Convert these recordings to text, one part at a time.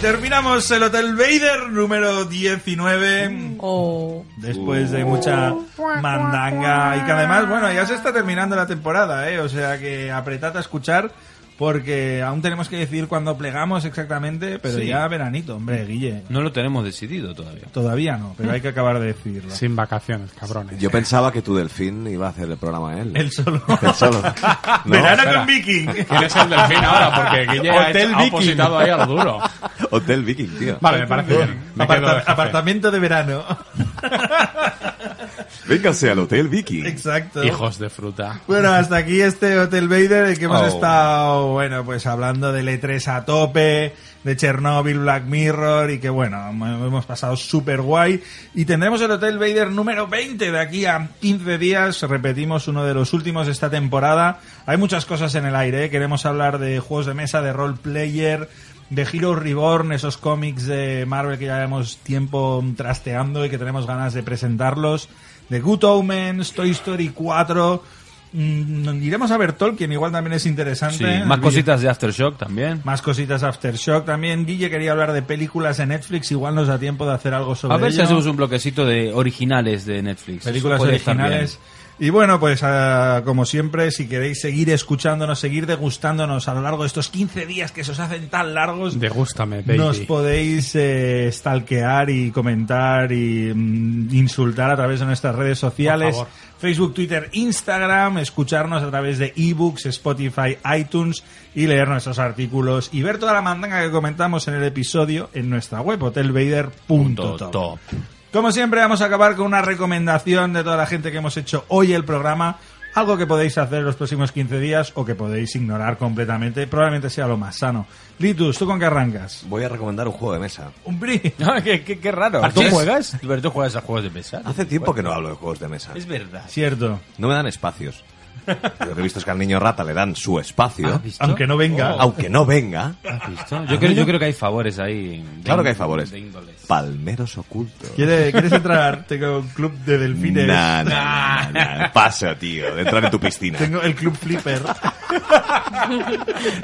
terminamos el Hotel Vader número 19. Oh. Después de mucha mandanga. Y que además, bueno, ya se está terminando la temporada, ¿eh? O sea que apretad a escuchar. Porque aún tenemos que decir cuándo plegamos exactamente, pero Sí. ya veranito, hombre, Guille. No lo tenemos decidido todavía. Todavía no, pero hay que acabar de decirlo. Sin vacaciones, cabrones. Yo pensaba que tu delfín iba a hacer el programa él. El solo. Él solo. No, Verano espera. con Viking. ¿Quién es el delfín ahora? Porque Guille ha, Hotel hecho- ha Viking. opositado ahí al duro. Hotel Viking, tío. Vale, me parece bien. Me quedo Aparta- de jefe. apartamento de verano. Véngase al Hotel Viking. Exacto. Hijos de fruta. Bueno, hasta aquí este Hotel Vader en el que hemos Oh. estado, bueno, pues hablando de E3 a tope, de Chernobyl, Black Mirror y que bueno, m- hemos pasado súper guay. Y tendremos el Hotel Vader número 20 de aquí a 15 días, repetimos uno de los últimos de esta temporada. Hay muchas cosas en el aire, ¿eh? queremos hablar de juegos de mesa, de role player, de Hero Reborn, esos cómics de Marvel que ya llevamos tiempo trasteando y que tenemos ganas de presentarlos, de Good Omens, Toy Story 4, mm, iremos a ver Tolkien, igual también es interesante. Sí, más Guille- cositas de Aftershock también. Más cositas Aftershock también. Guille quería hablar de películas en Netflix, igual nos da tiempo de hacer algo sobre A ver si ello. hacemos un bloquecito de originales de Netflix. películas Puede estar originales. bien. Y bueno, pues ah, como siempre, si queréis seguir escuchándonos, seguir degustándonos a lo largo de estos 15 días que se os hacen tan largos, Degústame, nos baby. podéis eh, stalkear y comentar y mm, insultar a través de nuestras redes sociales. favor. Facebook, Twitter, Instagram, escucharnos a través de ebooks, Spotify, iTunes y leer nuestros artículos y ver toda la mandanga que comentamos en el episodio en nuestra web Punto hotelvader.top. top. Como siempre, vamos a acabar con una recomendación de toda la gente que hemos hecho hoy el programa. Algo que podéis hacer los próximos 15 días o que podéis ignorar completamente. Probablemente sea lo más sano. Litus, ¿tú con qué arrancas? Voy a recomendar un juego de mesa. ¡Hombre! qué, qué- qué raro. ¿Tú juegas? Pero tú juegas a juegos de mesa. Hace tiempo que no hablo de juegos de mesa. Es verdad. Cierto. No me dan espacios. Lo que he visto es que al niño rata le dan su espacio, Ah, ¿Has visto? Aunque no venga. aunque no venga. ¿Has visto? Yo creo, yo creo que hay favores ahí. de Claro que índole- hay favores. de índoles. Palmeros ocultos. ¿Quiere- ¿Quieres entrar? Tengo un club de delfines. Nah, nah, nah, nah, nah. Pasa, tío, de entrar en tu piscina. Tengo el club flipper.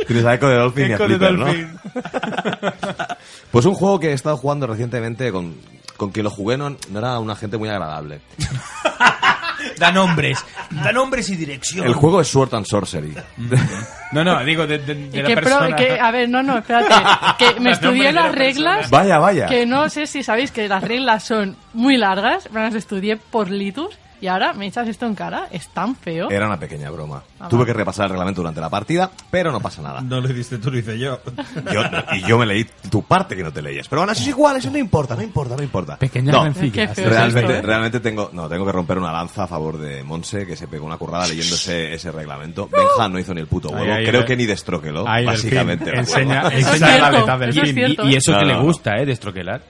Tienes a Echo de Dolphin y a Echo de Flipper, ¿no? Dolphin. Pues un juego que he estado jugando recientemente con, con quien lo jugué no, no era una gente muy agradable. Da nombres. Da nombres y dirección. El juego es Sword and Sorcery. No, no, digo de, de- de Y la que pro- persona. que- a ver, no, no, espérate. Que me estudié las reglas. Vaya, vaya. Que no sé si sabéis que las reglas son muy largas. Me las estudié por litus. Y ahora me echas esto en cara. Es tan feo. Era una pequeña broma. Ah, Tuve vale. que repasar el reglamento durante la partida, pero no pasa nada. No lo hiciste tú, lo hice yo. Yo- y yo me leí tu parte que no te leías. Pero bueno, eso es igual, eso no importa, no importa, no importa. Pequeñas No, rencillas. Es que feo. Realmente, esto, ¿eh? realmente tengo, no, tengo que romper una lanza a favor de Monse, que se pegó una currada leyendo ese, ese reglamento. Benja no hizo ni el puto huevo, Ahí, ahí, creo ahí. que ni destróquelo, Ahí, delfín. básicamente. ¿de acuerdo? Enseña, Eso es enseña la cierto, letra del eso es fin. cierto. Y, y eso No, que no, le no. gusta, ¿eh? Destroquelar.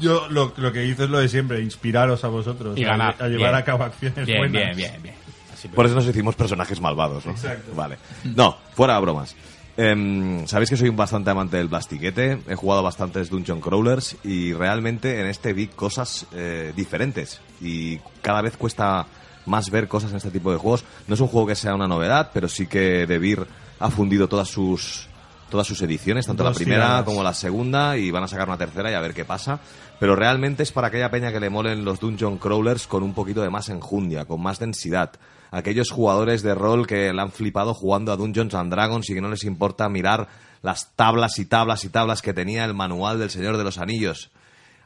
Yo lo, lo que hice es lo de siempre, inspiraros a vosotros. Y a- ganar. A, llevar Bien. a cabo acciones Bien, buenas. bien, bien, bien. Así Por eso nos hicimos personajes malvados, ¿no? Vale. No, fuera bromas. Em, Sabéis que soy un bastante amante del plastiquete, he jugado bastantes Dungeon Crawlers y realmente en este vi cosas eh, diferentes y cada vez cuesta más ver cosas en este tipo de juegos. No es un juego que sea una novedad, pero sí que Debir ha fundido todas sus todas sus ediciones, tanto Dos la primera tiradas. como la segunda y van a sacar una tercera y a ver qué pasa. Pero realmente es para aquella peña que le molen los Dungeon Crawlers con un poquito de más enjundia, con más densidad. Aquellos jugadores de rol que la han flipado jugando a Dungeons and Dragons y que no les importa mirar las tablas y tablas y tablas que tenía el manual del Señor de los Anillos.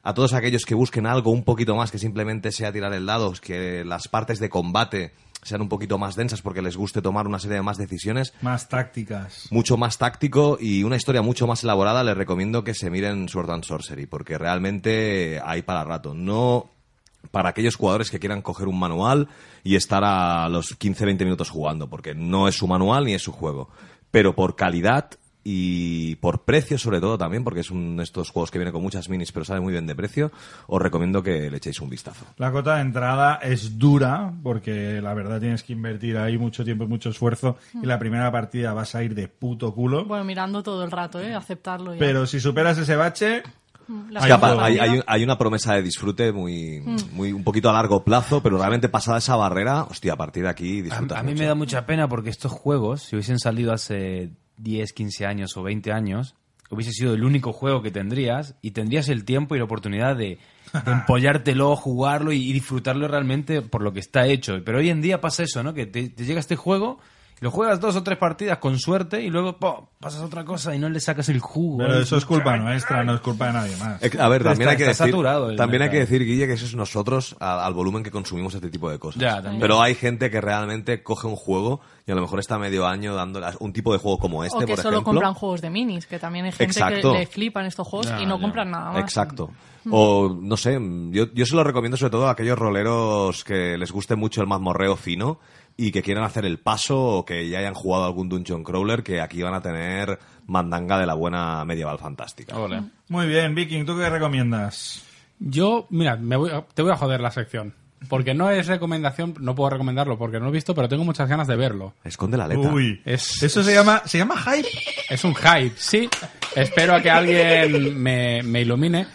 A todos aquellos que busquen algo un poquito más que simplemente sea tirar el dado, que las partes de combate sean un poquito más densas porque les guste tomar una serie de más decisiones, Más tácticas. mucho más táctico y una historia mucho más elaborada, les recomiendo que se miren Sword and Sorcery, porque realmente hay para rato. No para aquellos jugadores que quieran coger un manual y estar a los 15-20 minutos jugando, porque no es su manual ni es su juego. Pero por calidad y por precio sobre todo también, porque es uno de estos juegos que viene con muchas minis pero sabe muy bien de precio, os recomiendo que le echéis un vistazo. La cota de entrada es dura porque la verdad tienes que invertir ahí mucho tiempo y mucho esfuerzo y la primera partida vas a ir de puto culo. Bueno, mirando todo el rato, ¿eh? Aceptarlo ya. Mm, pero si superas ese bache, La Es que apa- hay, psicología- hay un- hay una promesa de disfrute muy, Mm. muy un poquito a largo plazo, pero realmente pasada esa barrera, hostia, a partir de aquí disfrutas A, a mí mucho. me da mucha pena porque estos juegos, si hubiesen salido hace 10, 15 años o 20 años, hubiese sido el único juego que tendrías y tendrías el tiempo y la oportunidad de, de empollártelo, jugarlo y, y disfrutarlo realmente por lo que está hecho. Pero hoy en día pasa eso, ¿no? Que te, te llega este juego, lo juegas dos o tres partidas con suerte y luego po, pasas a otra cosa y no le sacas el jugo. Pero eso es culpa nuestra, no es culpa de nadie más. Eh, A ver, Pero está- también hay que está decir, saturado el también hay que mercado. decir, Guille, que eso es nosotros a- al volumen que consumimos este tipo de cosas. Ya, también. Pero hay gente que realmente coge un juego y a lo mejor está medio año dando las- un tipo de juego como este, o que por solo ejemplo. compran juegos de minis, que también hay gente Exacto. que le flipan estos juegos y no compran nada más. Exacto. O, no sé, yo, yo se lo recomiendo sobre todo a aquellos roleros que les guste mucho el mazmorreo fino y que quieran hacer el paso o que ya hayan jugado algún Dungeon Crawler, que aquí van a tener mandanga de la buena medieval fantástica. Ole. Muy bien, Viking, ¿tú qué recomiendas? Yo, mira, me voy a- te voy a joder la sección. Porque no es recomendación, no puedo recomendarlo porque no lo he visto, pero tengo muchas ganas de verlo. Esconde la aleta. Uy, Es- eso se llama, se llama hype. Es un hype, sí. Espero a que alguien me, me ilumine.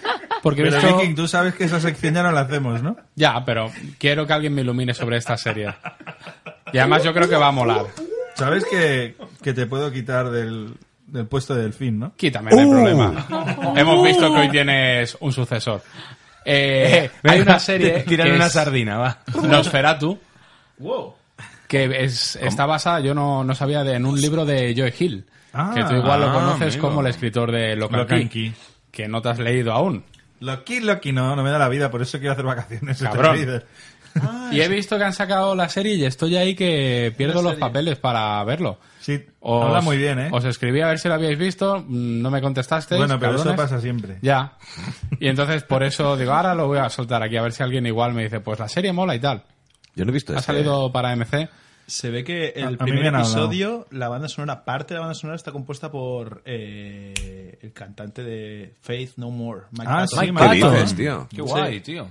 Porque he Pero visto- Viking, tú sabes que esa sección ya no la hacemos, ¿no? Ya, pero quiero que alguien me ilumine sobre esta serie. Y además yo creo que va a molar. Sabes que, que te puedo quitar del, del puesto de delfín, ¿no? Quítame Uh. del problema. Hemos visto que hoy tienes un sucesor. Eh, hay una serie. Tiran que una es sardina, va. Nosferatu. Que es, está basada, yo no, no sabía, de, en un libro de Joe Hill. Ah, que tú igual lo ah, conoces amigo. como el escritor de Locan Locan Key. Key, Que no te has leído aún. Loki, Loki, no, no me da la vida, por eso quiero hacer vacaciones. se te Cabrón. olvida. Ah, y he visto que han sacado la serie y estoy ahí que pierdo los papeles para verlo. Sí, Os- habla muy bien, ¿eh? Os escribí a ver si lo habíais visto, mm, no me contestasteis. bueno, pero eso cabrones. pasa siempre. Ya. Y entonces por eso digo, ahora lo voy a soltar aquí, a ver si alguien igual me dice, pues la serie mola y tal. Yo no he visto Ha ese. salido para MC. Se ve que A- a mí el me primer han hablado. episodio, la banda sonora, parte de la banda sonora está compuesta por eh, el cantante de Faith No More, Mike Ah, Patton. sí, ¿Qué Mike Patton. dices, tío? Qué guay, tío.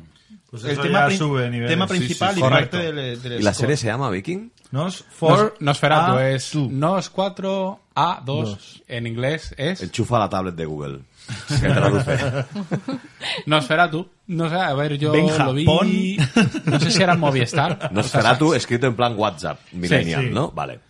Pues el eso tema, ya prin- sube niveles. tema Sí, sí, principal sí, y correcto. parte del, del ¿Y la score. serie se llama Viking? Nos for- Nos, Nosferatu a- es Nos 4A2 en inglés es Enchufa la tablet de Google. Que traduce. Nosferatu. No sé, a ver, yo Benja, lo vi. pon. No sé si era en Movistar. Nosferatu escrito en plan WhatsApp, millennial, sí. ¿no? Vale.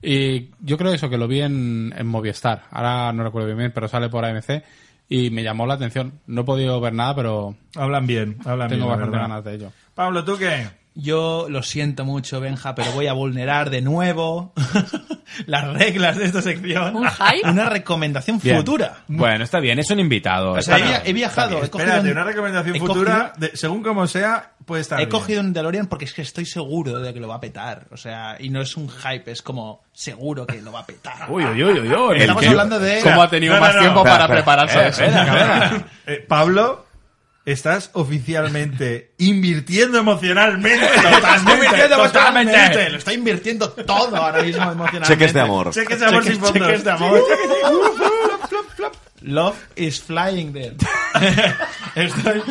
Y yo creo eso, que lo vi en, en Movistar. Ahora no recuerdo bien, pero sale por AMC. Y me llamó la atención. No he podido ver nada, pero Hablan bien, hablan tengo bien. la bastante verdad. ganas de ello. Pablo, ¿tú qué? Yo lo siento mucho, Benja, pero voy a vulnerar de nuevo las reglas de esta sección. ¿Un hype? Una recomendación Bien. futura. Pues Bueno, está bien, es un invitado. O Pues sea, he, Está via- bien. he viajado. he cogido Espérate, un- una recomendación he futura, cogido- de- según como sea, puede estar He bien. cogido un DeLorean porque es que estoy seguro de que lo va a petar. O sea, y no es un hype, es como seguro que lo va a petar. Uy, uy, uy, uy, uy. Estamos El que- hablando de. ¿Cómo ha tenido No, no, más no. tiempo Espera, para espera. prepararse eso? Eh, Pablo, estás oficialmente invirtiendo emocionalmente. totalmente, Totalmente. totalmente. Lo estoy invirtiendo todo ahora mismo emocionalmente. Cheques de amor. Cheques de amor Cheques- sin fondo. cheques de amor. Love is flying there. Estoy,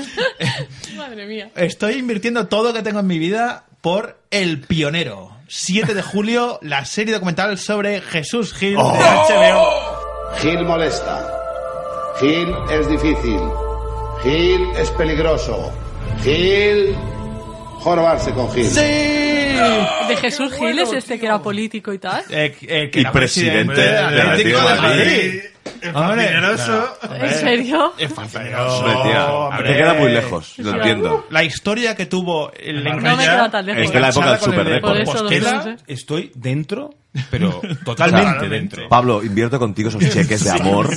Madre mía. estoy invirtiendo todo lo que tengo en mi vida por El Pionero. 7 de julio, la serie documental sobre Jesús Gil Oh. de HBO. Gil molesta. Gil es difícil. Gil es peligroso. Gil... Jorobarse con Gil. De Jesús Gil es este que era político y tal. Eh, eh, que Y era presidente de la Atlético Atlético de Madrid. Hombre, Generoso. ¿En serio? Es fascinoso, Hombre, tío, Oh, hombre. te queda muy lejos, lo Sí. entiendo. La historia que tuvo el No No me enganchar- queda tan lejos. Es de la época del con el Super de Depor. Por eso lo ¿eh? Compostela, sé. Estoy dentro, pero totalmente dentro. Pablo, invierto contigo esos cheques de amor.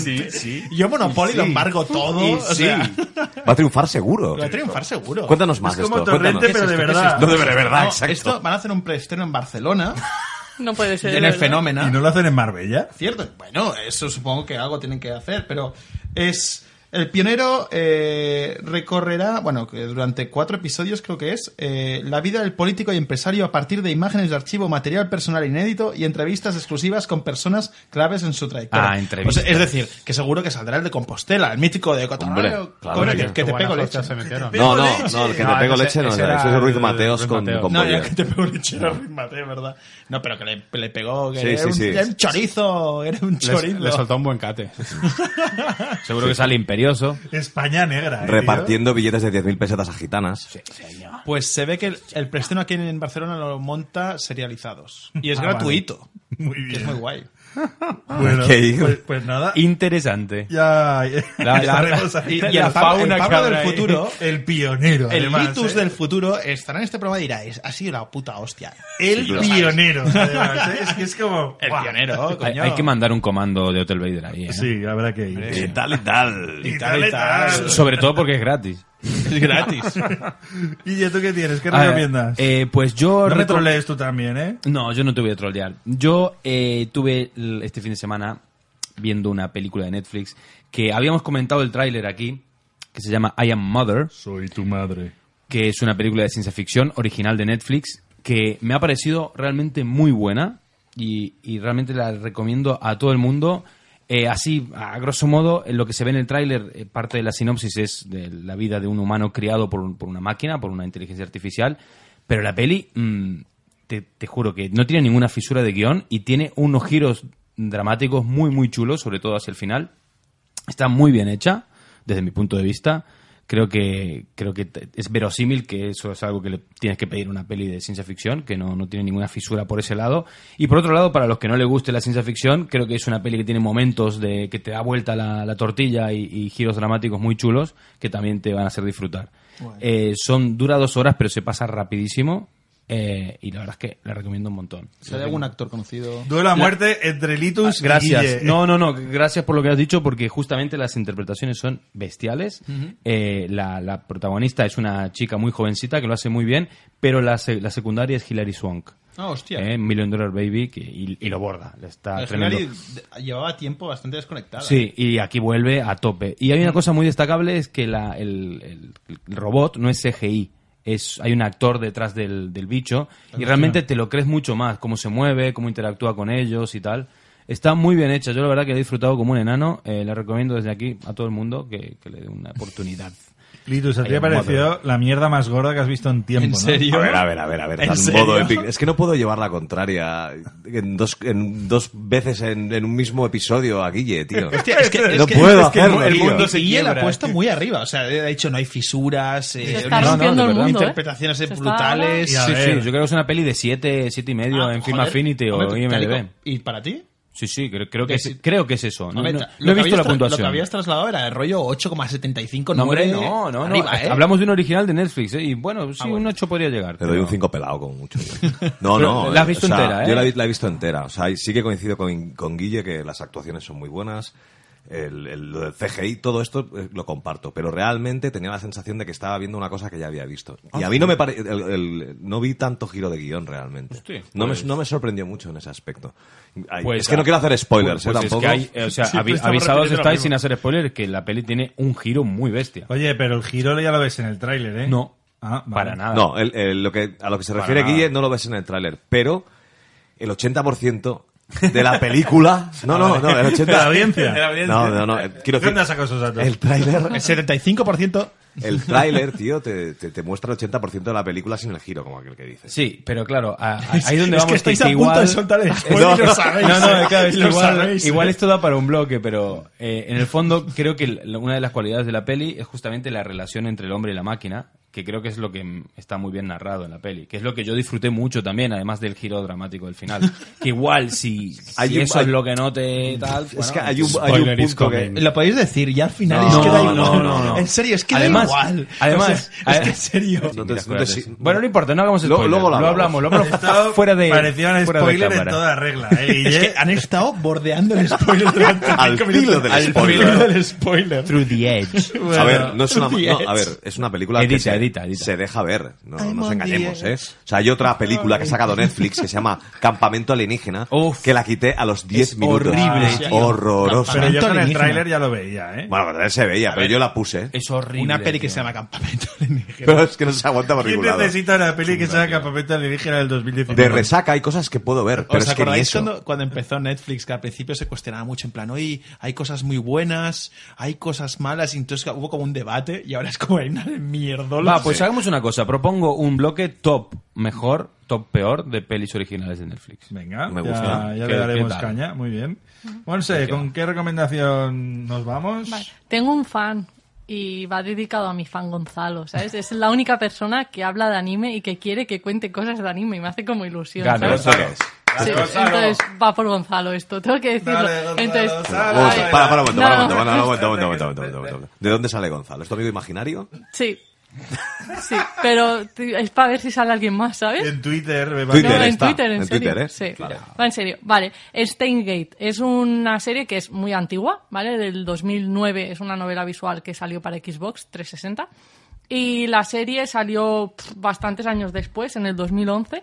Yo Monopoly lo embargo todo. Y o sea, sí. Va a triunfar seguro. va a triunfar seguro. Cuéntanos más Es de como esto. torrente, Cuéntanos. pero de ¿Qué es esto? verdad. No, de verdad, No, exacto. Esto van a hacer un preestreno en Barcelona, No puede ser. de en el verdad. fenómeno. ¿Y no lo hacen en Marbella? Cierto, bueno, eso supongo que algo tienen que hacer, pero es. El pionero eh, recorrerá, bueno, que durante cuatro episodios creo que es, eh, la vida del político y empresario a partir de imágenes de archivo, material personal inédito y entrevistas exclusivas con personas claves en su trayectoria. Ah, entrevistas. O sea, es decir, que seguro que saldrá el de Compostela, el mítico de Hombre, Cotorreo, claro cobra que que, sí. que te Qué buena pego hostia leche. se metieron. No, no, no, el que te No, pego ese- leche no, ese no, era eso es Ruiz el- Mateos Ruiz con, Mateos. con No, Boyer. ya que te pegó un chorro, mate, ¿verdad? No, pero que le, le pegó, que Sí, era, sí, un, sí. era un chorizo, era un Le, chorizo. le soltó un buen cate. Seguro que sale imperioso. España negra. eh, tío. Repartiendo billetes de 10.000 pesetas a gitanas. Pues se ve que el, el preestreno aquí en Barcelona lo monta serializados. Y es Ah, gratuito. Muy Que es muy bien. guay. Bueno, Ok. pues, pues nada. Interesante. Ya, La- la- estaremos ahí. y el Pablo- el Pablo habrá del ahí. futuro. El pionero, El además, litus ¿eh? del futuro estará en este programa y dirá, "Es- ha sido la puta hostia. El Sí, lo sabes. pionero, además, ¿eh? Es que es como... El ¡guau! pionero, Hay, coño. hay que mandar un comando de Hotel Vader ahí. ¿eh? Sí, habrá que ir. Y tal y tal. Y tal, y tal. Sobre todo porque es gratis. Es gratis. Guille, ¿tú qué tienes? ¿Qué A ver, recomiendas? eh, pues yo... no me retro- trolees tú también, ¿eh? No, yo no te voy a trolear. Yo eh, tuve l- este fin de semana viendo una película de Netflix que habíamos comentado el tráiler aquí, que se llama I Am Mother, Soy tu madre. que es una película de ciencia ficción original de Netflix, que me ha parecido realmente muy buena y, y realmente la recomiendo a todo el mundo. Eh, así, a grosso modo, en lo que se ve en el tráiler, eh, parte de la sinopsis es de la vida de un humano criado por, un- por una máquina, por una inteligencia artificial, pero la peli, mm, te, te juro que no tiene ninguna fisura de guión y tiene unos giros dramáticos muy, muy chulos, sobre todo hacia el final está muy bien hecha desde mi punto de vista creo que creo que t- es verosímil que eso es algo que le tienes que pedir a una peli de ciencia ficción que no, no tiene ninguna fisura por ese lado y por otro lado para los que no le guste la ciencia ficción creo que es una peli que tiene momentos de que te da vuelta la, la tortilla y, y giros dramáticos muy chulos que también te van a hacer disfrutar Eh, son dura dos horas pero se pasa rapidísimo eh, y la verdad es que la recomiendo un montón ¿Sale algún actor conocido? Duelo a muerte entre Litus y Ah, Gracias. Guille. No, no, no. Gracias por lo que has dicho, porque justamente las interpretaciones son bestiales. Eh, la, la protagonista es una chica muy jovencita que lo hace muy bien, pero la, se- la secundaria es Hilary Swank. Ah, hostia. Eh, Million Dollar Baby, que, y, y lo borda. Está El tremendo. Hillary d- llevaba tiempo bastante desconectada. Sí, y aquí vuelve a tope. Y hay una cosa muy destacable, es que la- el, el- el robot no es CGI. Es, hay un actor detrás del, del bicho y realmente te lo crees mucho más, cómo se mueve, cómo interactúa con ellos y tal. Está muy bien hecha, yo la verdad que he disfrutado como un enano, eh, la recomiendo desde aquí a todo el mundo que, que le dé una oportunidad. Litus, a ti te Ay, ha parecido la mierda más gorda que has visto en tiempo, ¿En ¿no? serio? A ver, a ver, a ver, a ver. ¿En tan serio? modo epic. Es que no puedo llevar la contraria en dos, en dos veces en, en un mismo episodio a Guille, tío. Hostia, es que, es No que- puedo es que hacerlo, el tío. mundo se y él ha quiebra. puesto muy arriba. O sea, ha dicho no hay fisuras, eh, Se está no, no, rompiendo de el mundo, verdad. ¿eh? interpretaciones Se está brutales. Y a sí, ver. sí, yo creo que es una peli de 7, 7 y medio Eh. Ah, en Film joder. Affinity o Hombre, tú, te IMDb. digo, ¿Y para ti? Sí, sí, creo, creo que, Que es, sí. creo que es eso. No, Hombre, no- tra- no he visto la que habías tra- Lo que puntuación. habías trasladado era el rollo 8,75, No, hombre, 9, no, no, no. arriba, ¿eh? Hablamos de un original de Netflix, ¿eh? Y bueno, sí, bueno. un 8 podría llegar. Te doy un pero- 5 pelado como mucho. tío. Pero No, no. la has eh, visto o sea, entera, ¿eh? Yo la, he- la he visto entera. O sea, y sí que coincido con, con Guille que las actuaciones son muy buenas. El, el- lo del CGI, todo esto eh, lo comparto. Pero realmente tenía la sensación de que estaba viendo una cosa que ya había visto. Ah, Y a mí no me pare, el- el- no vi tanto giro de guión realmente. Hostia, no, me, pues- no me sorprendió mucho en ese aspecto. Ay, Pues, es que no ah, quiero hacer spoilers, pues ¿eh? es Tampoco. que hay- eh, o sea, Siempre avi- estamos avisados repitiendo lo estáis mismo. sin hacer spoilers que la peli tiene un giro muy bestia. Oye, pero el giro ya lo ves en el tráiler, ¿eh? No, Ah, vale. para nada. No, el- el- lo que, a lo que se refiere nada. Guille no lo ves en el tráiler, pero el 80% de la película... No, no, no, el 80%... De la audiencia. De la No, no, no, eh, quiero ¿Dónde has decir... sacado esos datos? El tráiler, El 75%. el tráiler, tío, te, te, te muestra el 80% de la película sin el giro, como aquel que dices. Sí, pero claro, a- a- ahí donde vamos es que estáis a igual... punto de soltar el spoiler y lo sabéis. No, no, ¿eh? claro, es Y que lo igual, sabéis, ¿eh? igual esto da para un bloque, pero eh, en el fondo creo que la- una de las cualidades de la peli es justamente la relación entre el hombre y la máquina, que creo que es lo que mm, está muy bien narrado en la peli, que es lo que yo disfruté mucho también, además del giro dramático del final. Que igual, si, si Hay un- eso es hay- lo que no te tal... es bueno, que hay un, hay un Spoiler is punto que... coming. Lo podéis decir, ya al final No, es que da no, igual. no, no. En serio, es que Además- da igual. además- eh, O sea, es que en además- serio. No Mira, te- no te- acuérdate. bueno, no importa, no hagamos Luego- spoiler. luego lo lo hablamos, lo hablamos fuera de Parecía un fuera de spoiler en cámara. toda regla, ¿eh, Es Guille? que han estado bordeando el spoiler durante Al cinco filo minutos. del Al spoiler. filo del spoiler. Through the edge. A ver, no es una, The no, a Edge. ver, es una película que Edita, se, edita, edita. se deja ver, no I'm nos on the engañemos, edge. ¿eh? O sea, hay otra película que ha sacado Netflix que se llama Campamento Alienígena, Uf. que la quité a los 10 Es minutos. horrible, Ah, tío. horroroso. Pero yo Tanto con el alienígena. tráiler ya lo veía, ¿eh? Bueno, pero se veía, pero yo la puse. ¿eh? Es horrible. Una peli que tío. se llama Campamento alienígena. Pero es que no se aguanta por ¿Quién ningún lado. necesita una peli que sea Campamento Alienígena del 2019? De resaca hay cosas que puedo ver, pero ¿Os es que ni acordáis eso. cuando, cuando empezó Netflix que al principio se cuestionaba mucho en plan, hoy hay cosas muy buenas, hay cosas malas, y entonces hubo como un debate y ahora es como hay una de mierdola. Va, pues hagamos una cosa. Propongo un bloque top mejor, top peor de pelis originales de Netflix. Venga, Me ya- gusta. ya, ¿Qué- le daremos qué tal? caña, muy bien. Monse, ¿con qué recomendación nos vamos? Vale. Tengo un fan y va dedicado a mi fan Gonzalo, ¿sabes? Es la única persona que habla de anime y que quiere que cuente cosas de anime y me hace como ilusión. Gana, ¿sabes? Gonzalo. Sí, Gonzalo. entonces va por Gonzalo esto, tengo que decirlo. Dale, Gonzalo, entonces, sal, Oh, Ay, para, para, un momento, para, un no. momento, para, un momento, un momento, un momento, un momento, un momento. ¿De dónde sale Gonzalo? ¿Es tu amigo imaginario? Sí. Sí, pero t- es para ver si sale alguien más, ¿sabes? En Twitter, me Twitter, no, en está. Twitter, en, En serio. Twitter, ¿eh? Sí, Claro. va en serio. Vale, Steingate es una serie que es muy antigua, ¿vale? Del 2009, es una novela visual que salió para Xbox 360. Y la serie salió pff, bastantes años después, en el 2011.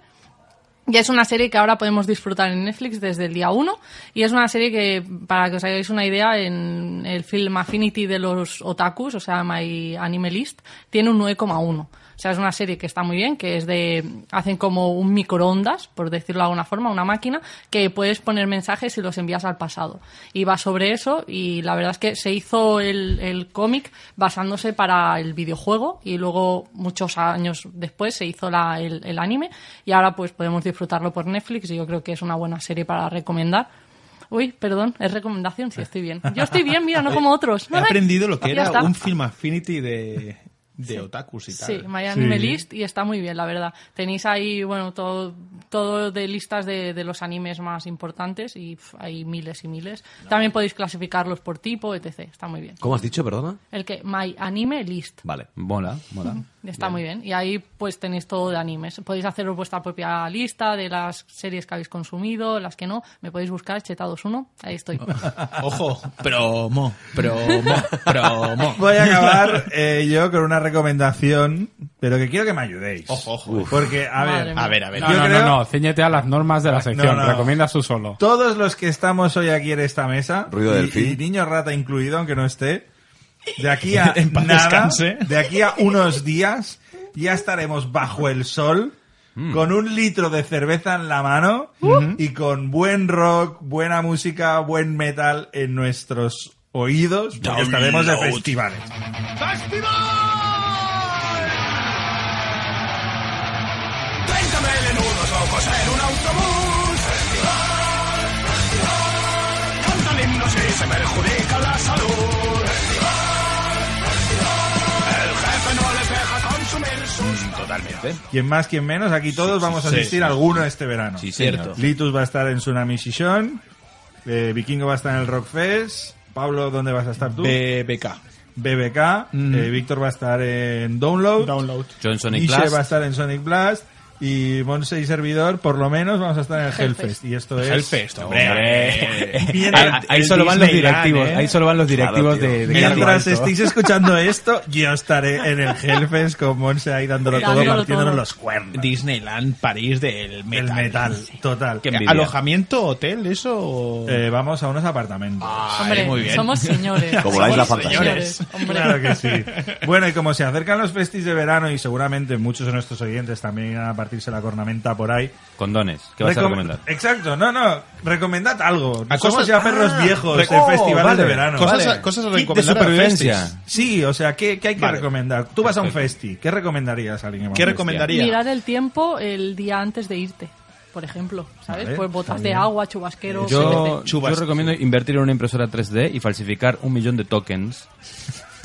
Y es una serie que ahora podemos disfrutar en Netflix desde el día 1. Y es una serie que, para que os hagáis una idea, en el film Affinity de los otakus, o sea, My Anime List, tiene un 9,1. O sea, es una serie que está muy bien, que es de. hacen como un microondas, por decirlo de alguna forma, una máquina, que puedes poner mensajes y los envías al pasado. Y va sobre eso, y la verdad es que se hizo el, el cómic basándose para el videojuego, y luego, muchos años después, se hizo la- el, el anime, y ahora pues podemos disfrutarlo por Netflix, y yo creo que es una buena serie para recomendar. Uy, perdón, es recomendación, sí estoy bien. Yo estoy bien, mira, no como otros. He aprendido lo que Ya era está. un film affinity de, de otakus y tal. Sí, My Anime List y está muy bien, la verdad. Tenéis ahí, bueno, todo, todo de listas de, de los animes más importantes y pf, hay miles y miles. También podéis clasificarlos por tipo, etc. Está muy bien. ¿Cómo has dicho, perdona? El que My Anime List. Vale. Mola, mola. Está muy bien. Y ahí pues tenéis todo de animes. Podéis haceros vuestra propia lista de las series que habéis consumido, las que no. Me podéis buscar Chetados 1. Ahí estoy. Ojo, promo, promo, promo. Voy a acabar eh, yo con una recomendación, pero que quiero que me ayudéis. Ojo, ojo. Porque, a Madre ver, mía. A ver, a ver. No, Yo no, creo- no, no, ciñete a las normas de la sección. no, no. Recomiendas tú solo. todos los que estamos hoy aquí en esta mesa, Ruido y, del fin. y niño rata incluido, aunque no esté, de aquí a En paz nada, descanse. de aquí a unos días, ya estaremos bajo el sol. Mm. Con un litro de cerveza en la mano y con buen rock, buena música, buen metal en nuestros oídos, porque estaremos de festivales. Totalmente. Quien más, quien menos, aquí todos vamos a sí, asistir sí. a alguno este verano. Sí, cierto. Litus va a estar en Tsunami Shishon, eh, Vikingo va a estar en el Rockfest, Pablo, ¿dónde vas a estar tú? BBK. BBK, Mm. eh, Víctor va a estar en Download, Download. John Sonic Ishe Blast. va a estar en Sonic Blast y Monse y Servidor, por lo menos, vamos a estar en el Hellfest. Hellfest. Y esto es... Hellfest, hombre. Hombre. Bien, ahí, ahí el solo van los Disneyland, directivos. ¿eh? Ahí solo van los directivos Claro, tío. de, de cargo Mientras este alto. estéis escuchando esto, yo estaré en el Hellfest con Monse ahí dándolo todo, Dándolo partiéndonos todo. los cuernos. Disneyland París del metal. El metal, total. Qué Eh, envidia. ¿Alojamiento, hotel, eso? Eh, vamos a unos apartamentos. Ay, Hombre, muy bien. somos señores. Como la Somos isla fantasía. señores, hombre. Claro que sí. Bueno, y como se acercan los festis de verano y seguramente muchos de nuestros oyentes también irán a partirse la cornamenta por ahí. Condones. ¿Qué vas a recom- recomendar? Exacto, no, no. Recomendad algo. A Somos cosas- ya perros ah, viejos re- en oh, festivales vale. de verano. cosas, Vale. cosas a Kit de recomendar a supervivencia. festis. Sí, o sea, ¿qué, qué hay que Vale. recomendar? Tú vas a un festi, ¿qué recomendarías a alguien? que va a ¿Qué un festi? recomendaría? Mirar el tiempo el día antes de irte, por ejemplo, ¿sabes? Vale, pues botas está de bien. agua, chubasquero, Yo, etc. yo recomiendo invertir en una impresora 3D y falsificar un millón de tokens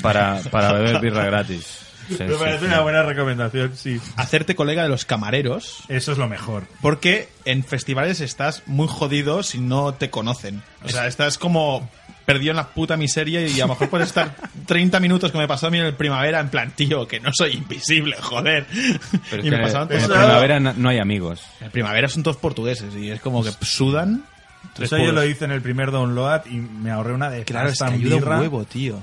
para, para beber birra gratis. Sí, Me sí, parece sí. una buena recomendación, sí. Hacerte colega de los camareros. Eso es lo mejor. Porque en festivales estás muy jodido si no te conocen. O sea, estás como perdido en la puta miseria y a lo mejor puedes estar 30 minutos que me pasó a mí en el primavera en plan, tío, que no soy invisible, joder. Pero y es me que pasaban en por- la todo. primavera na- no hay amigos. En primavera son todos portugueses y es como que sudan. tres Eso yo pueblos. lo hice en el primer download y me ahorré una de Claro, es que pasta en ayuda un birra. huevo, tío.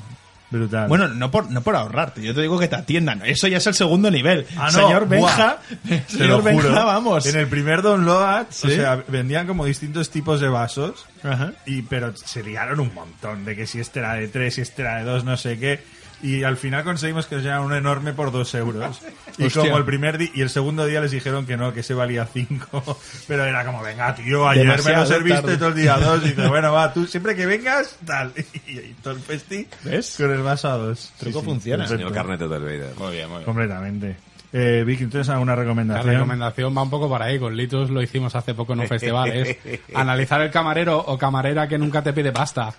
Brutal. Bueno, no por, no por ahorrarte, yo te digo que te atiendan. Eso ya es el segundo nivel. Ah, no, Señor Benja, Te señor lo juro. Benja, vamos. En el primer download, o ¿Sí? sea, vendían como distintos tipos de vasos, Ajá. y pero se liaron un montón de que si este era de tres, si este era de dos, no sé qué. Y al final conseguimos que os llegara un enorme por dos euros. Y Hostia. como el primer día y el segundo día les dijeron que no, que se valía cinco. Pero era como, venga, tío, ayer me Demasiado lo serviste tarde. todo el día a dos. Y dices, bueno, va, tú siempre que vengas, tal. Y, y todo el festi ¿Ves? con el vaso a dos. Truco funciona. perfecto. Señor Carnete del Vader. Completamente. Eh, Vicky, ¿tienes alguna La recomendación? recomendación va un poco por ahí. Con Litus lo hicimos hace poco en un festival. Es analizar el camarero o camarera que nunca te pide pasta.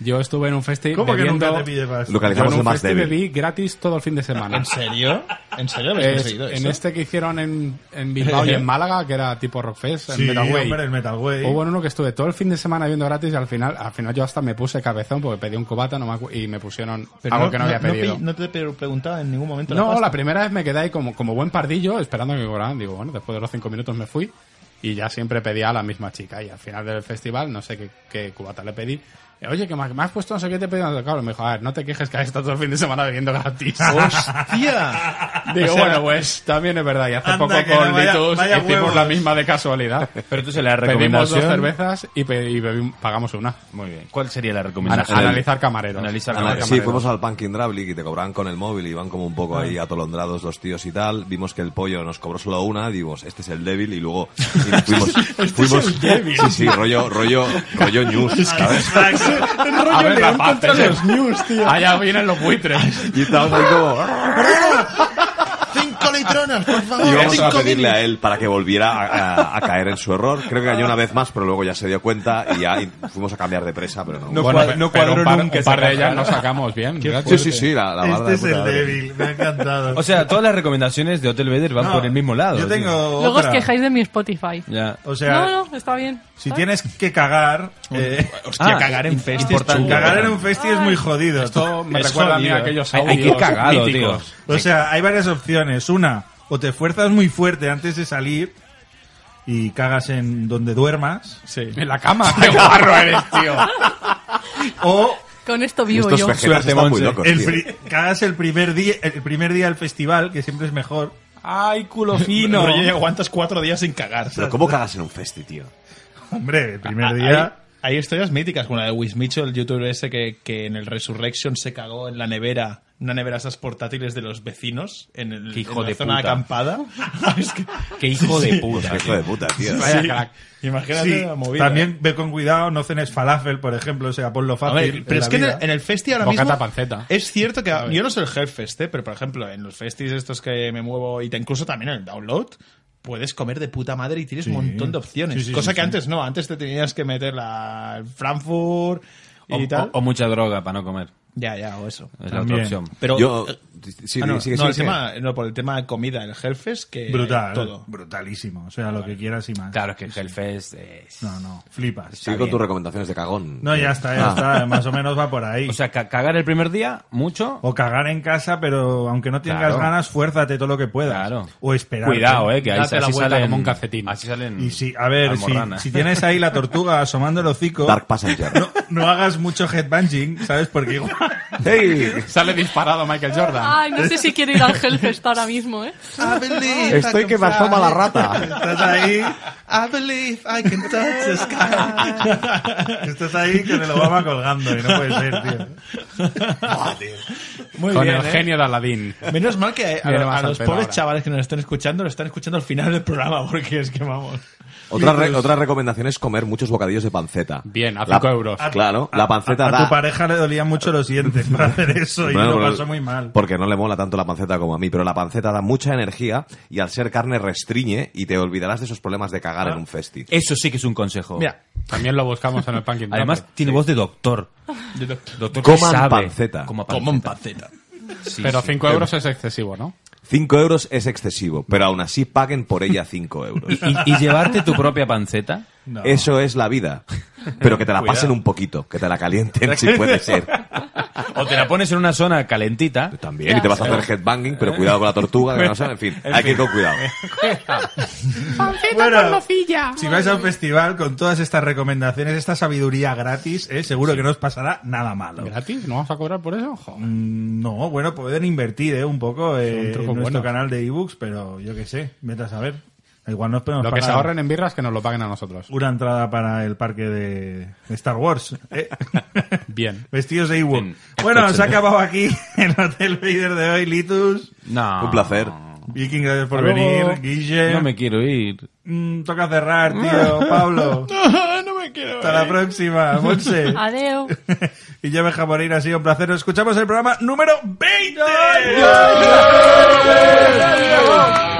Yo estuve en un festival. ¿Cómo que nunca te pille fast? Localizamos en el un más festival débil. bebí gratis todo el fin de semana. ¿En serio? ¿En serio habéis Es- conseguido en eso? este que hicieron en, en Bilbao y en Málaga, que era tipo Rockfest, en Sí, Metalway. hombre, el Metal Way. Hubo en uno que estuve todo el fin de semana viendo gratis y al final, al final yo hasta me puse cabezón porque pedí un cubata no me acu- y me pusieron Ah, Pero algo que no había no pedido. pi- No, te pe- preguntaba en ningún momento. No, la, la, pasta. primera vez me quedé ahí como, como buen pardillo, esperando a que cobraran. Digo, bueno, después de los cinco minutos me fui y ya siempre pedía a la misma chica. Y al final del festival, no sé qué, qué cubata le pedí. Eh, Oye, que me, me has puesto no sé qué te he pedido. Claro, me dijo, a ver, no te quejes que has estado todo el fin de semana bebiendo gratis. ¡Hostia! Digo, O sea, bueno, pues también es verdad. Y hace Anda, poco que con no, vaya- Litus vaya hicimos huevos. la misma de casualidad. Pero entonces la Pedimos dos recomendación... cervezas y, pe- y bebim- pagamos una. Muy bien. ¿Cuál sería la Ana- recomendación? analizar camareros. Analizar Ana- camareros. sí, fuimos al Punkin Drablik y te cobraban con el móvil y iban como un poco ahí atolondrados los tíos y tal. Vimos que el pollo nos cobró solo una, dimos, este es el débil y luego y nos fuimos. fuimos Sí, sí, rollo, rollo, rollo news, ¿sabes? A ver, la paz, los news, tío. Allá vienen los buitres. Y estábamos ahí como... "Ah". ¡Cinco litronas, por favor! Y vamos a cinco pedirle mil. a él para que volviera a, a- a caer en su error. Creo que cayó una vez más, pero luego ya se dio cuenta y ya y fuimos a cambiar de presa, pero no. No Bueno, cuad- pe- no pero cuadró un par, nunca un esa par de ellas cagada. nos sacamos bien. gracias. sí, sí, sí, la, la barra Este de es puta el madre. débil, me ha encantado. O sea, todas las recomendaciones de Hotel Veder van No, por el mismo lado. Yo tío. tengo Luego os otra. quejáis de mi Spotify. Ya. O sea, no, no, está bien. si ¿sabes? tienes que cagar, eh, Hostia, Ah, cagar en fest es importante. chulo. cagar en un festi es muy jodido. Esto ¿eh? me Es recuerda a mí jodido, a aquellos Hay- audios hay que ir cagado, míticos. tío. O sea, hay varias opciones. Una, o te fuerzas muy fuerte antes de salir y cagas en donde duermas. Sí. En la cama. ¡Qué guarro eres, tío! O Con esto vivo Estos yo. vegetales están muy Monse. locos, el tío. pri- cagas el primer día el primer día del festival, que siempre es mejor. Ay, culo fino. Rollo, ya aguantas cuatro días sin cagar. Pero ¿cómo cagas en un festi, tío? Hombre, el primer Hay, día. hay historias míticas, como la de Wish Mitchell, el youtuber ese que, que en el Resurrection se cagó en la nevera, una nevera esas portátiles de los vecinos, en, el, Qué hijo en la de zona puta. acampada. Es que- Qué hijo de puta. Hijo de puta, tío. Vaya sí. crack. Imagínate Sí, la movida. eh. también ve con cuidado, no cenes falafel, por ejemplo, o sea, ponlo A fácil. ver, en pero es la que en el, vida. en el festi ahora Bocata mismo panceta. es cierto que yo no soy el Hellfest, ¿eh? pero por ejemplo en los festis estos que me muevo y te incluso también en el download puedes comer de puta madre y tienes un montón de opciones, Sí, sí, cosa sí, que sí. antes no, antes te tenías que meter la el Frankfurt O, y tal. o- o mucha droga para no comer. Ya, ya, o eso. También. Es la otra opción. Pero Yo... eh, Sí, ah, no, sigue, sigue, no, el sigue. tema- no, por el tema de comida, el Hellfest que brutal, eh, todo. brutalísimo, o sea, lo que quieras y más. Claro, es que el Hellfest es... No, no, flipas. Sigue con tus recomendaciones de cagón. No, ya está, ya Ah. está, más o menos va por ahí. O sea, ca- cagar el primer día, mucho. O cagar en casa, pero aunque no tengas Claro. ganas, fuérzate todo lo que puedas. Claro. O esperar. Cuidado, eh, que ahí Date la así vuelta salen... como un calcetín. Así salen Y si, a ver, si, almorranas. si tienes ahí la tortuga asomando el hocico, Dark Passenger. no, no hagas mucho headbanging, ¿sabes? Porque igual. ¡Hey! Sale disparado Michael Jordan. Ay, no sé si quiero ir al Hellfest ahora mismo, ¿eh? I believe I can fly. rata. Estás ahí, I believe I can touch the sky. estás ahí con el Obama colgando y no puede ser, tío. Muy Con bien, el ¿eh? genio de Aladín. Menos mal que a, Mira, a- a vas al los pelo pobres ahora. chavales que nos están escuchando, lo están escuchando al final del programa, porque es que vamos. Otra, re- otra recomendación es comer muchos bocadillos de panceta. Bien, a La- 5 euros. Pues Claro, la panceta a, da... tu pareja le dolían mucho los dientes para hacer eso y Bueno, lo pero- pasó muy mal. Porque no le mola tanto la panceta como a mí, pero la panceta da mucha energía y al ser carne restriñe y te olvidarás de esos problemas de cagar Ah. en un festi. Eso sí que es un consejo. Mira, También lo buscamos en el Punkin Además, tiene voz de doctor. Doctor que Coman sabe. panceta. Coma como en panceta. Sí, Pero sí. 5 euros es excesivo, ¿no? 5 euros es excesivo, pero aún así paguen por ella 5 euros. ¿Y, y llevarte tu propia panceta? Eso es la vida. Pero que te la pasen un poquito, que te la calienten si puede ser. O te la pones en una zona calentita. También, y te vas a hacer headbanging, pero cuidado con la tortuga, que no sabe, en fin, hay que ir con cuidado. Bueno, si vais a un festival con todas estas recomendaciones, esta sabiduría gratis, eh, seguro que no os pasará nada malo. ¿Gratis? ¿No vamos a cobrar por eso? Joder. Mm, No, bueno, pueden invertir eh, un poco eh, un en truco nuestro bueno. canal de ebooks, pero yo qué sé, vete a saber. Igual nos podemos Lo que se pagar ahorren en birras que nos lo paguen a nosotros. una entrada para el parque de de Star Wars. ¿eh? Bien. Vestidos de Ewok. En- Bueno, se ha escúchame. acabado aquí el Hotel Vader de hoy, Litus. No. Un placer. Viking, gracias por Hasta luego. venir. Guille. No me quiero ir. Mm, toca cerrar, tío. Pablo. no me quiero. Hasta la próxima, Monse. Adeu. y yo, Benja Morín, ha sido un placer. Nos escuchamos en el programa número 20. puta mierda.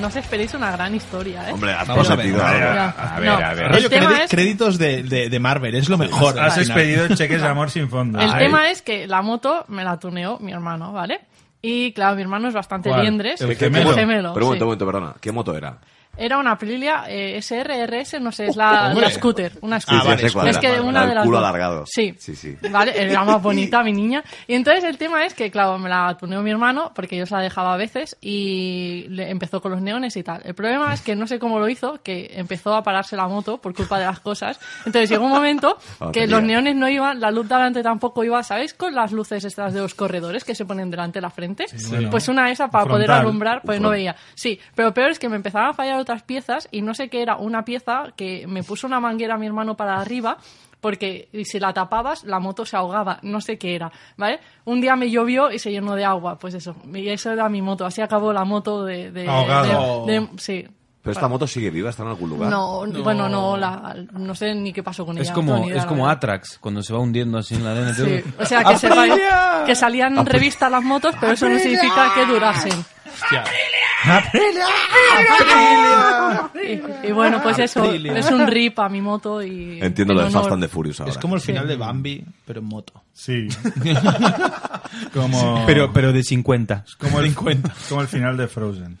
No os esperéis una gran historia, ¿eh? Hombre, hazlo Vamos a ver, sentido. a ver, algo. Ya. A ver, No, a ver. El Rollo tema credi- es- Créditos de, de, de Marvel, es lo mejor. Has al final. expedido cheques de amor sin fondo. El tema es que la moto me la tuneó mi hermano, ¿vale? Y claro, mi hermano es bastante ¿Cuál? liendres. El gemelo. gemelo, Pero un momento, sí. un momento, perdona. ¿Qué moto era? Era una Aprilia eh, SRRS, no sé, es la, hombre. la scooter. Una Sí, scooter. sí, ya sé cuál es era, que vale, una vale. de El las culo dos. alargado. Sí. Sí, sí. Vale, era más bonita mi niña. Y entonces el tema es que, claro, me la tuneó mi hermano porque yo se la dejaba a veces y le empezó con los neones y tal. El problema es que no sé cómo lo hizo, que empezó a pararse la moto por culpa de las cosas. Entonces llegó un momento Ah, que tenía. los neones no iban, la luz de delante tampoco iba, ¿sabéis? Con las luces estas de los corredores que se ponen delante de la frente. bueno. Pues una esa para poder Frontal. alumbrar, pues Un no front- veía. Sí, pero peor es que me empezaban a fallar otras piezas y no sé qué era una pieza que me puso una manguera a mi hermano para arriba porque si la tapabas la moto se ahogaba, no sé qué era, ¿vale? Un día me llovió y se llenó de agua, pues eso, y eso era mi moto, así acabó la moto de... de Ahogado. de- de- sí. Pero esta moto sigue viva, está en algún lugar. No, bueno, no, la- no sé ni qué pasó con ella. Es no tengo como, ni idea, es la como verdad. Atrax, cuando se va hundiendo así en la arena. Sí, O sea, que, sepáis que salían en revistas las motos, pero eso no significa que durasen. Y, y bueno, Ah, pues eso, Aprilia. es un rip a mi moto y... Entiendo lo de en honor- Fast and the Furious ahora. Es como el final de Bambi, pero en moto. Sí. como, Pero, pero de 50. como, el, como el final de Frozen.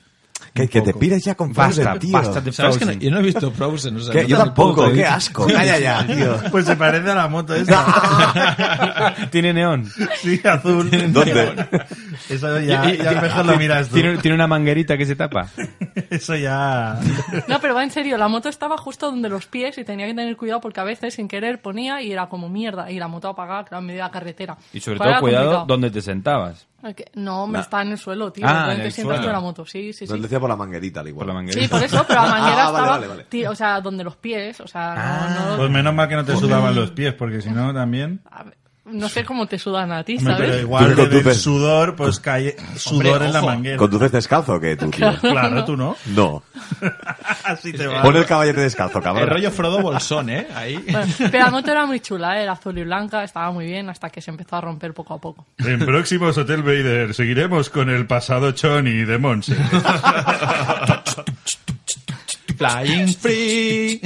que, que te pides ya con Basta, Frozen, tío. basta de ¿Sabes que no- Frozen. yo no he visto Frozen? o sea, Que- no Yo tan tampoco, poco, qué ¿eh? asco. Calla ya, tío. Pues se parece a la moto esta. Tiene neón. sí, azul. ¿Dónde? Eso ya, ya mejor lo miras tú. Tiene, tiene una manguerita que se tapa. Eso ya... No, pero va en serio, la moto estaba justo donde los pies y tenía que tener cuidado porque a veces sin querer ponía y era como mierda y la moto apagada, claro, en medio de la carretera. Y sobre Pero todo, era cuidado complicado. donde te sentabas. Que- No, me está en el suelo, tío. Ah, entonces en te el sientas tú suelo. en la moto, sí, sí, sí. Nos decía por la manguerita, al igual. Por la manguerita. Sí, por eso, pero la manguera Ah, vale, estaba, vale, vale. ti- o sea, donde los pies, o sea, no- Ah, no, Pues menos mal que no te sudaban los pies, porque si no también... a ver, no sé cómo te sudan a ti, Hombre, ¿sabes? pero igual Tú que de- del conduces. sudor, pues cae sudor en la ojo. manguera. ¿Conduces descalzo o qué, tú, tío? Claro, tú no. No. Así te va. Pon el caballete descalzo, cabrón. El rollo Frodo Bolsón, ¿eh? Ahí. Bueno, pero la moto era muy chula, ¿eh? era azul y blanca, estaba muy bien hasta que se empezó a romper poco a poco. En próximos Hotel Vader seguiremos con el pasado Choni de Monse. Flying Free.